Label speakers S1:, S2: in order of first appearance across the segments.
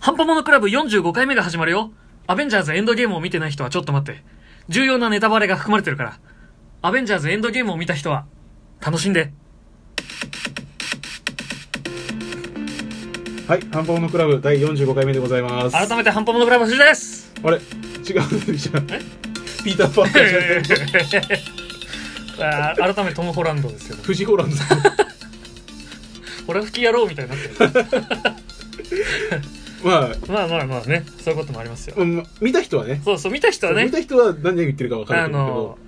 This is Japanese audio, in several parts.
S1: ハンパモノクラブ45回目が始まるよ。アベンジャーズエンドゲームを見てない人はちょっと待って。重要なネタバレが含まれてるから。アベンジャーズエンドゲームを見た人は、楽しんで。
S2: はい、ハンパモノクラブ第45回目でございます。
S1: 改めてハンパモノクラブ藤田です。
S2: あれ違うじゃん。ピーター・パーカーじゃな い。
S1: あー改めてトム・ホランドですけど。
S2: フジホランド。
S1: 俺吹き野郎みたいになってる。
S2: まあ、
S1: まあまあまあね、そういうこともありますよ。
S2: うん見た人はね
S1: そうそう、見た人は
S2: 見
S1: ね、
S2: た人は何が言ってるかわかる
S1: あ
S2: と思う
S1: の、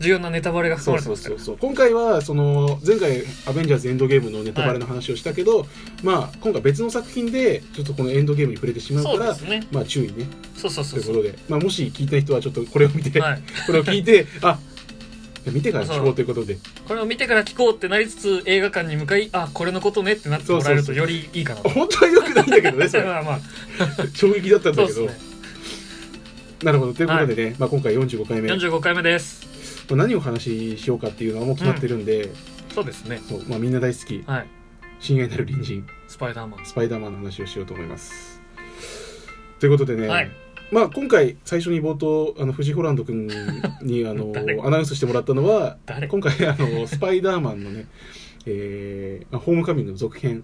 S1: 重要なネタバレが
S2: けど。
S1: 含
S2: そ
S1: まれ
S2: う
S1: て
S2: そ
S1: ま
S2: う
S1: すか
S2: そ
S1: ら
S2: う。そう今回は、その、前回、アベンジャーズエンドゲームのネタバレの話をしたけど、まあ、今回別の作品で、ちょっとこのエンドゲームに触れてしまうか
S1: そうで
S2: ら
S1: す、ね。
S2: まあ、注意ね。
S1: そうそう
S2: と
S1: そ
S2: いううこ
S1: そう。
S2: とで、まあ、もし聞いた人は、ちょっとこれを見て、
S1: はい。
S2: これを聞いて、あ、見てから聞こうということで。
S1: これを見てから聞こうってなりつつ映画館に向かいあこれのことねってなってもらえるとよりいいかなと
S2: 本当は良くないんだけどね、それ。
S1: まあまあ
S2: 衝撃だったん
S1: そ
S2: だ
S1: うで
S2: け
S1: す
S2: ど
S1: ね。
S2: なるほどということでね、まあ、今回45回目、ま
S1: 45回目です
S2: あ、何を話ししようかっていうのはもう決まってるんで、
S1: そうですね
S2: そうまあ、みんな大好き
S1: はい
S2: 「親愛なる隣人
S1: スパイダーマン
S2: スパイダーマン」の話をしようと思いますということでね、
S1: はい
S2: まあ、今回最初に冒頭あのフジホランド君にあの
S1: 誰
S2: アナウンスしてもらったのは
S1: 誰
S2: 今回あのスパイダーマンのね、 えーまあホームカミングの続編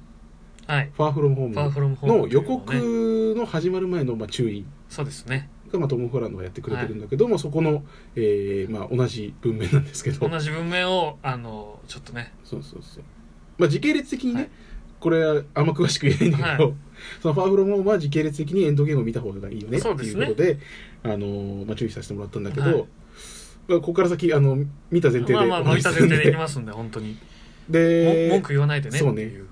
S1: はい
S2: 「ファーフロムホ
S1: ファー
S2: ー
S1: フロムホー
S2: ム」
S1: ム
S2: の予告の始まる前の、まあ、注意
S1: そうですね
S2: が、まあ、トム・ホランドがやってくれてるんだけども、そこの、えーまあ、同じ文面なんですけど
S1: 同じ文明をあのちょっとね
S2: そうそうそう。まあ時系列的にね、
S1: はい
S2: これはあんま詳しく言えないんだけど、そのファーフロムは時系列的にエンドゲームを見た方がいいよねって
S1: そうで
S2: い
S1: す
S2: う
S1: ね
S2: ことで、あのーまあ注意させてもらったんだけど、
S1: はい
S2: まあここから先あの見た前提で
S1: まあまあ
S2: お話
S1: 見
S2: したす
S1: 前
S2: るん
S1: 提でいきますんで本当に
S2: で
S1: も文句言わないでねって
S2: そうね
S1: いう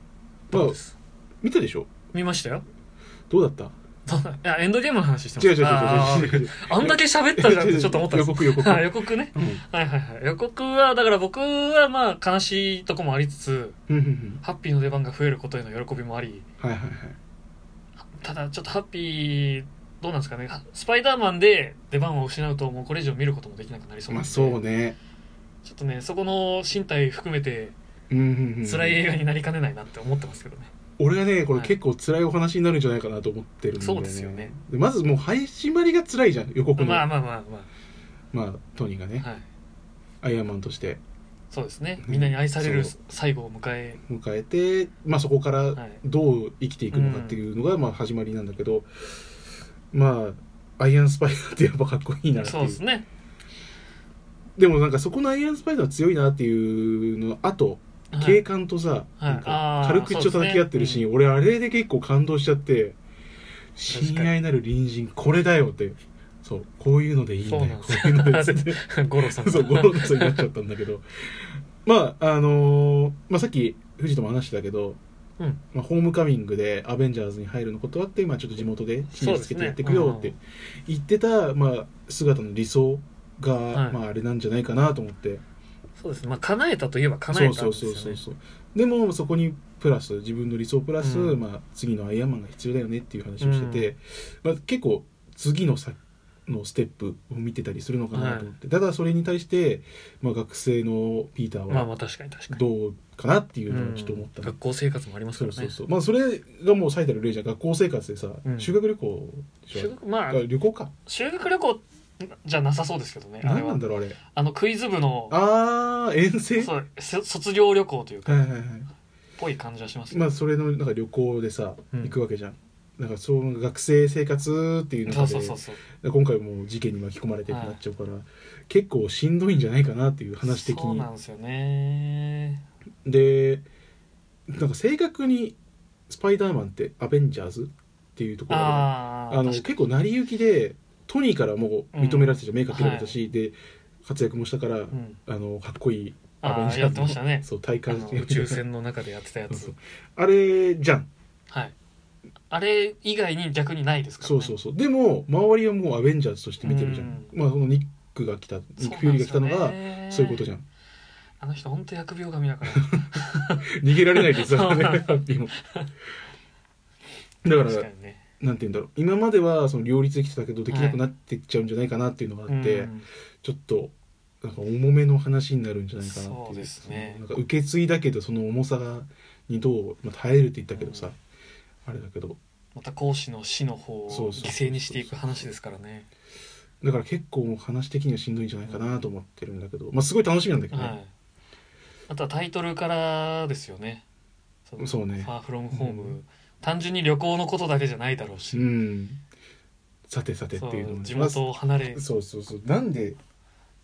S2: ま
S1: と
S2: あ
S1: こです
S2: 見たでしょ。
S1: 見ましたよ
S2: どうだった？
S1: どういやエンドゲームの話してま
S2: 違う違
S1: す
S2: う違う
S1: あ
S2: 違う違う違う。
S1: ああんだけ喋ったじ ゃんってちょっと思ったんで
S2: 予
S1: す
S2: 告予告。
S1: あ予告ね
S2: うん
S1: はいはいはい予告はだから僕はまあ悲しいとこもありつつ
S2: うんうんうん
S1: ハッピーの出番が増えることへの喜びもあり
S2: はいはいはい。
S1: ただちょっとハッピーどうなんですかねスパイダーマンで出番を失うともうこれ以上見ることもできなくなりそうな
S2: ま
S1: ん
S2: あ
S1: で
S2: そうね。
S1: ちょっとねそこの身体含めて
S2: うんうんうん、
S1: 辛い映画になりかねないなって思ってますけどね、
S2: 俺がねこれ
S1: はい
S2: 結構辛いお話になるんじゃないかなと思ってるんだよ
S1: そう
S2: ね
S1: ですよね
S2: でまずもう始まりが辛いじゃん予告の、
S1: まあ
S2: まあ
S1: まあまあま
S2: トニーがね
S1: あはい
S2: アイアンマンとして
S1: そうですね
S2: うん
S1: みんなに愛される
S2: そ
S1: 最後を迎え
S2: 迎えて、まあ、そこから
S1: はい
S2: どう生きていくのかっていうのがまあ始まりなんだけど、まあアイアンスパイダーってやっぱかっこいいなって
S1: そう
S2: い
S1: で
S2: う
S1: すね
S2: でもなんかそこのアイアンスパイダーは強いなっていうのあと、
S1: はい
S2: 警官とさ、
S1: はい
S2: なん
S1: あ
S2: か
S1: ー
S2: 軽口を叩き合ってるシーン、俺あれで結構感動しちゃって
S1: かに
S2: 親愛なる隣人これだよってそうこういうのでいいんだよ
S1: そうなん
S2: こ
S1: です
S2: ういうのでっつ って
S1: 五郎さん
S2: そうゴロッとになっちゃったんだけどまああのーまあ、さっき藤とも話してたけど、
S1: うん
S2: まあ、ホームカミングでアベンジャーズに入るのことあって、まあ、ちょっと地元で火をつけてやっていくよっ
S1: そう
S2: て
S1: で
S2: 言ってた、まあ、姿の理想が、
S1: はい
S2: まあ、あれなんじゃないかなと思って、
S1: そうですねまあ叶えたといえば叶えたんですよね
S2: そうそうそうそうでもそこにプラス自分の理想プラス、
S1: うん
S2: まあ、次のアイアンマンが必要だよねっていう話をしてて、まあ、結構次のさのステップを見てたりするのかなと思って、ただそれに対して、まあ、学生のピーター
S1: まあま
S2: は
S1: あ確かに確かに
S2: どうかなっていうのをちょっと思った
S1: うん
S2: の、
S1: 学校生活もあります
S2: そ
S1: か
S2: う
S1: ら
S2: そ
S1: ね
S2: うそうまあそれがもう最たる例じゃん学校生活でさ、
S1: うん
S2: 修学旅行でし
S1: 修
S2: ょ
S1: 学まあ
S2: あ旅行か
S1: 修学旅行じゃなさそうですけどねあれ
S2: 何な
S1: は
S2: んだろうあれ
S1: あのクイズ部の
S2: ああ遠征
S1: そうそ卒業旅行というか
S2: はいはいはい
S1: ぽい感じはしますけど
S2: まあそれのなんか旅行でさ、
S1: うん
S2: 行くわけじゃんなんかそう学生生活っていう
S1: そ
S2: 中
S1: う
S2: で
S1: そうそうそう
S2: 今回もう事件に巻き込まれてってなっちゃうから、結構しんどいんじゃないかなっていう話的
S1: そう
S2: に
S1: なんですよね
S2: でなんか正確に「スパイダーマン」って「アベンジャーズ」っていうところが
S1: あ
S2: あ
S1: あ
S2: の
S1: 確か
S2: 結構成り行きでトニーからもう認められてたじゃん、目かけられたし、で活躍もしたから、
S1: にうん
S2: あのかっこいい
S1: あーやってましたね
S2: そう
S1: あ
S2: 体感
S1: の宇宙船の中でやってたや
S2: そう
S1: つ
S2: そうあれじゃん
S1: はいあれ以外に逆にないですからね
S2: そうそうそうでも周りはもうアベンジャーズとして見てるじゃん、まあそのニックが来たニック・フューリーが来たのがそういうことじ
S1: ゃん
S2: ゃん
S1: あの人本当疫病神だ から
S2: 逃げられないですよね
S1: そう
S2: ハッピーもだか
S1: 確からにね
S2: なんて言うんだろう今まではその両立できてたけどできなくなってっちゃうんじゃないかなっていうのがあって、
S1: うん
S2: ちょっとなんか重めの話になるんじゃないかなっていう
S1: そうですね
S2: なんか受け継いだけどその重さにどう、まあ、耐えるって言ったけどさ、あれだけど
S1: また講師の死の方を
S2: そうそう
S1: 犠牲にしていく話ですからね
S2: だから結構もう話的にはしんどいんじゃないかなと思ってるんだけど、まあ、すごい楽しみなんだけどね、
S1: はいあとはタイトルからですよねそ
S2: そうね
S1: ファーフロムホーム」
S2: うん
S1: 単純に旅行のことだけじゃないだろうし、
S2: うんさてさてって
S1: そう
S2: いうのもね
S1: 地元を離れ
S2: まあそうそうそうなんで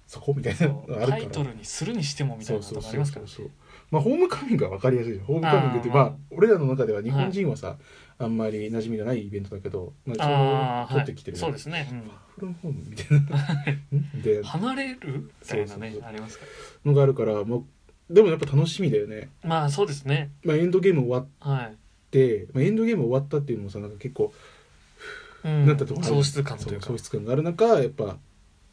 S2: そこみたいな
S1: そ
S2: の
S1: う
S2: があるから
S1: タイトルにするにしてもみたいな
S2: そ
S1: とこ
S2: うそう
S1: あ
S2: そ
S1: り
S2: う
S1: ますか
S2: そ
S1: ら
S2: う
S1: ね
S2: そうまあホームカミングは分かりやすいじゃんホームカミングって
S1: あー
S2: ま
S1: ま
S2: あ
S1: あ
S2: 俺らの中では日本人はさ、あんまり馴染みがないイベントだけど、まあ、
S1: あ
S2: ち
S1: あ
S2: ょうど撮ってきて
S1: は
S2: る
S1: い、
S2: じゃ
S1: そ
S2: ん、
S1: うですね、
S2: フロムホームみたいなん で
S1: うん、離れるみたいなね
S2: そうそうそう
S1: ありますから
S2: のがあるから、まあ、でもやっぱ楽しみだよね、
S1: まあそうですね
S2: まあ、エンドゲーム終わっ
S1: はい、
S2: て、まあ、エンドゲーム終わったっていうのもさなんか結構
S1: うん、
S2: なったところある
S1: 喪失感というか
S2: そ喪失感がある中やっぱ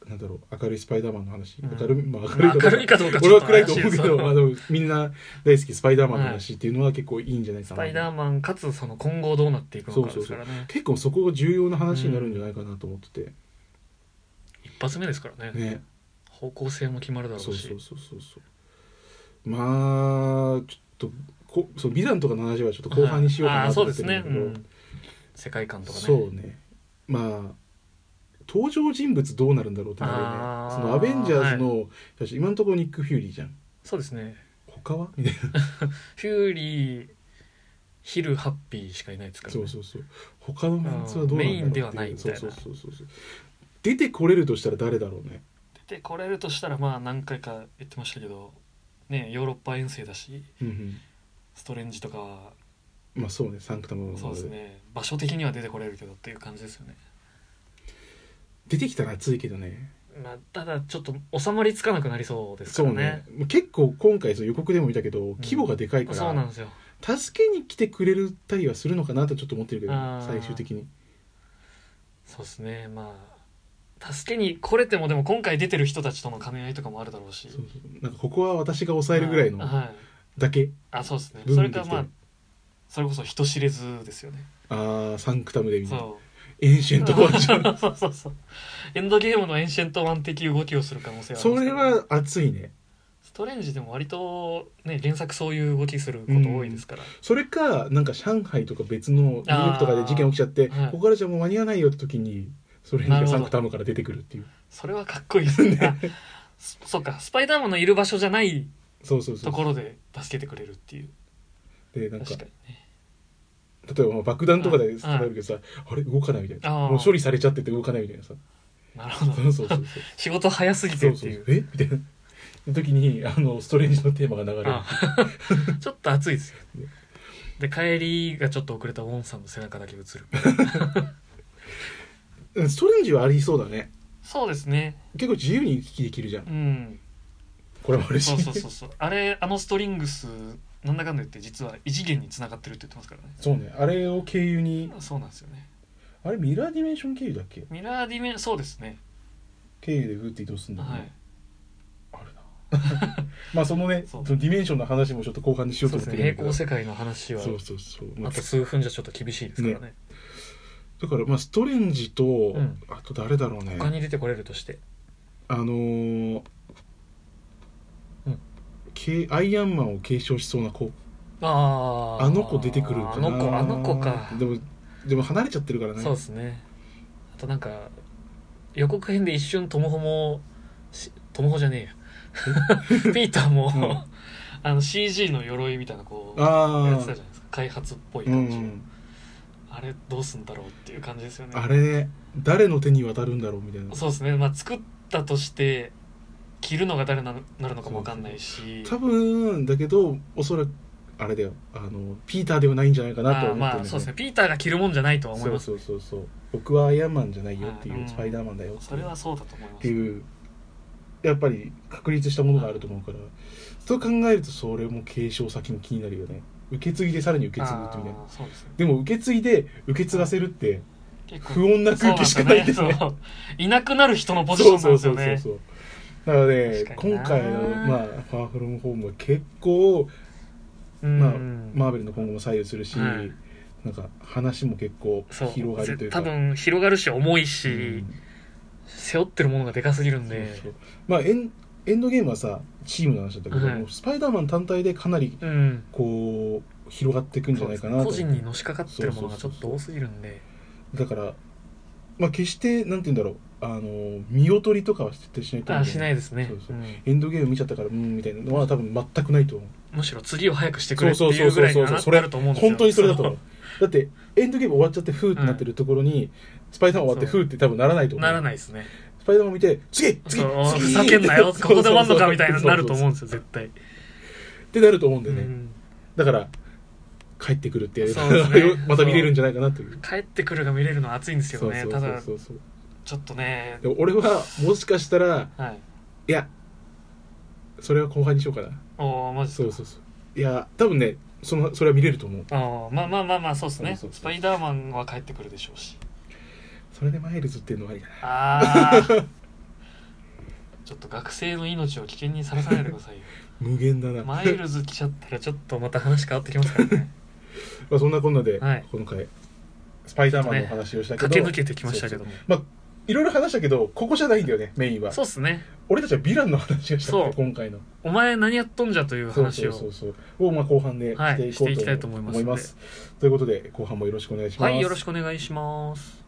S2: なんだろう明るいスパイダーマンの話、
S1: うん
S2: 明るいまあ
S1: まあ明
S2: 明
S1: る
S2: る
S1: い
S2: い
S1: かどうか
S2: か俺は暗いと思うけ
S1: ちょっ
S2: ど、
S1: と
S2: まあ、
S1: 怪しい
S2: で
S1: です
S2: もみんな大好きスパイダーマンの話っていうのは結構いいんじゃない
S1: ス
S2: かな、
S1: パイダーマンかつその今後どうなっていくのかですからね
S2: 結構そこが重要な話になるんじゃないかなと思ってて、
S1: 一発目ですからね
S2: ね
S1: 方向性も決まるだろうし
S2: そうそうそうそうそうまあちょっとこそう美談とかの話はちょっと後半にしようか
S1: ああ
S2: なと
S1: そうで
S2: 思って
S1: す
S2: るんだ
S1: ね、
S2: け
S1: う
S2: ど、
S1: ん、世界観とかね
S2: そうねまあ登場人物どうなるんだろうってなるよ
S1: あー
S2: ねそのアベンジャーズの、今のところニック・フューリーじゃん
S1: そうですね
S2: 他はみたいな
S1: フューリーヒルハッピーしかいないですから、ね、
S2: そうそうそう他のメンツはどうなんだろうって
S1: メインではないみたいな
S2: そうそうそうそう出てこれるとしたら誰だろうね
S1: 出てこれるとしたらまあ何回か言ってましたけどねヨーロッパ遠征だし
S2: うんうん
S1: ストレンジとかは
S2: まあそうねサンクタムの
S1: そうですね場所的には出てこれるけどっていう感じですよね、
S2: 出てきたら熱いけどね
S1: まあ、ただちょっと収まりつかなくなりそうですか
S2: そ
S1: ら
S2: うね
S1: ね
S2: もう結構今回その予告でも見たけど規模がでかい
S1: そう
S2: から、
S1: なんですよ
S2: 助けに来てくれるたりはするのかなとちょっと思ってるけど、
S1: あー
S2: 最終的に
S1: そうですねまあ助けに来れてもでも今回出てる人たちとの兼ね合いとかもあるだろうし
S2: そうそうなんかここは私が抑えるぐらいの
S1: はい
S2: だけ
S1: あそうですね
S2: 部
S1: そ
S2: 分
S1: れ
S2: で
S1: か
S2: きて
S1: まあ
S2: る
S1: それこそ人知れずですよね
S2: ああサンクタムでみんな
S1: そ
S2: エンシェ
S1: う
S2: ントワン じゃん
S1: そうそうそうエンドゲームのエンシェントワン的動きをする可能性はあり
S2: そ
S1: ますけ
S2: れ
S1: ど
S2: は熱いね
S1: ストレンジでも割とね原作そういう動きすること多いですから、
S2: それかなんか上海とか別のニューヨークとかで事件起きちゃって、
S1: あーはい
S2: ここからじゃもう間に合わないよって時にそれ
S1: なるほど
S2: がサンクタムから出てくるっていう
S1: それはかっこいいです ねあそそっかスパイダーマンのいる場所じゃない
S2: そうそうそ
S1: と
S2: う
S1: ころで助けてくれるっていう
S2: でなんか
S1: 確かにね
S2: 例えばまあ爆弾とかで
S1: うん
S2: 刺されるけどさあれ動かないみたいな
S1: あー
S2: もう処理されちゃってて動かないみたいなさ
S1: なるほど
S2: そうそうそうそう
S1: 仕事早すぎ
S2: そ
S1: て
S2: う
S1: って
S2: そう
S1: い
S2: そううえみたいな時にあのストレンジのテーマが流れる
S1: あ ちょっと暑いですよで帰りがちょっと遅れたウォンさんの背中だけ映 る
S2: うんストレンジはありそうだね
S1: そうですね
S2: 結構自由に行き来できるじゃん
S1: うん
S2: これも嬉しい
S1: そう
S2: ね
S1: そうそうそうあれあのストリングスなんだかんだ言って実は異次元につながってるって言ってますからね
S2: そうねあれを経由に
S1: そうなんですよね
S2: あれミラーディメンション経由だっけ
S1: ミラーディメンそうですね
S2: 経由でグッて移動するんだよね、
S1: はい
S2: あるなまあそのね
S1: そ
S2: そうのディメンションの話もちょっと後半にしようと
S1: そうで
S2: 思っ
S1: す
S2: て
S1: ね平行世界
S2: るんだけど
S1: の話は
S2: そうそうそう、ま
S1: あ
S2: あ
S1: と数分じゃちょっと厳しいですからね
S2: だからまあストレンジと、
S1: ん
S2: あと誰だろうね
S1: 他に出てこれるとして
S2: あのー
S1: うん
S2: けアイアンマンを継承しそうな子
S1: ああ
S2: あの子出てくるかな
S1: あの子あの子か
S2: でもでも離れちゃってるからね
S1: そうですねあとなんか予告編で一瞬トモホもしトモホじゃねえ やピーターも、
S2: うん
S1: あの CG の鎧みたいなこうや
S2: あ
S1: ってた
S2: あ
S1: じゃないですか開発っぽいう感じ、
S2: ん
S1: あれどうすんだろうっていう感じですよね
S2: あれね誰の手に渡るんだろうみたいな
S1: そうですねまあ作ったとして着るのが誰なのなるのかもわかんないし
S2: 多分だけどおそらくあれだよあのピーターではないんじゃないかなとは
S1: あー
S2: 思って
S1: ま
S2: るん
S1: あ
S2: だ
S1: そう
S2: よ
S1: ですねピーターが着るもんじゃないとは思います
S2: そうそうそうそう僕はアイアンマンじゃないよっていう、
S1: うん
S2: スパイダーマンだよって
S1: そ
S2: いう
S1: れはそうだと思い
S2: っ
S1: ま
S2: て
S1: す
S2: いうやっぱり確立したものがあると思うから、そう考えるとそれも継承先も気になるよね受け継いでさらに受け継ぐってみたいな
S1: あーそうですね
S2: でも受け継いで受け継がせるって
S1: 結構
S2: 不穏な空気しかないです
S1: そう
S2: ね
S1: んだよねそういなくなる人のポジショ
S2: そう
S1: ンなん
S2: そう
S1: です
S2: そ
S1: よ
S2: うそ
S1: ね
S2: うそうなので
S1: 確かにな
S2: 今回のまあファーフロムホームは結構まあマーベルの今後も左右するし、
S1: はい
S2: なんか話も結構
S1: そう
S2: 広がるというか
S1: 多分広がるし重いし、
S2: うん
S1: 背負ってるものがでかすぎるんで
S2: そうそうまあエンエンドゲームはさチームの話だったけど、
S1: はい
S2: もうスパイダーマン単体でかなり
S1: うん
S2: こう広がっていくんじゃないかなと
S1: 個人にのしかかってるものがちょっと多すぎるんで
S2: だから、まあ、決してなんて言うんだろうあの見劣りとかは絶対しないと思
S1: あ
S2: う
S1: しないですね
S2: そうそう
S1: うん
S2: エンドゲーム見ちゃったからうんみたいなのは多分全くないと思う
S1: むしろ次を早くしてくれ
S2: そう
S1: って
S2: そう
S1: い
S2: そう
S1: ぐ
S2: うそう
S1: らいには
S2: そう
S1: なって
S2: それ
S1: ると思うんですよ
S2: 本当にそれだと思う だってエンドゲーム終わっちゃってフーってなってるところに、スパイダーマン終わって
S1: そ
S2: フーって多分ならないと
S1: そう
S2: 思う
S1: ならないですね
S2: スパイダーマン見て次次次
S1: そう叫んだ よここで終わんのかみたいになると思うん
S2: う
S1: ですよ絶対
S2: ってなると思うんだ
S1: う
S2: よね、
S1: ん
S2: だから帰ってくるってやれば
S1: そうですね
S2: また見れるんじゃないかなという
S1: 帰ってくるが見れるのは熱いんですけどねただ
S2: そうそう
S1: ちょっとね
S2: でも俺はもしかしたら
S1: はい
S2: いやそれは後半にしようかな
S1: おおマジです
S2: そ
S1: か
S2: うそうそういや多分ねそのそれは見れると思う
S1: ああまあまあまあまあそうですね
S2: そうそうそう
S1: スパイダーマンは帰ってくるでしょうし
S2: それでマイルズっていうのはありかな
S1: ああ ちょっと学生の命を危険にさらさないでくださいよ
S2: 無限だな、
S1: マイルズ来ちゃったらちょっとまた話変わってきますから ね
S2: まあ、そんなこんなで、
S1: はい
S2: この回スパイダーマンのお話をしたけど、
S1: 駆け抜けてきましたけども
S2: まあいろいろ話したけどここじゃないんだよねメインは
S1: そうっすね
S2: 俺たちはヴィランの話がしたから
S1: そう
S2: 今回の
S1: お前何やっとんじゃという
S2: そう
S1: 話
S2: そう
S1: を
S2: そうそうを、まあ、後半でしていこうと,、
S1: はいしていきたいと思いますので
S2: ということで後半もよろしくお願いしま
S1: は
S2: す、
S1: いよろしくお願いします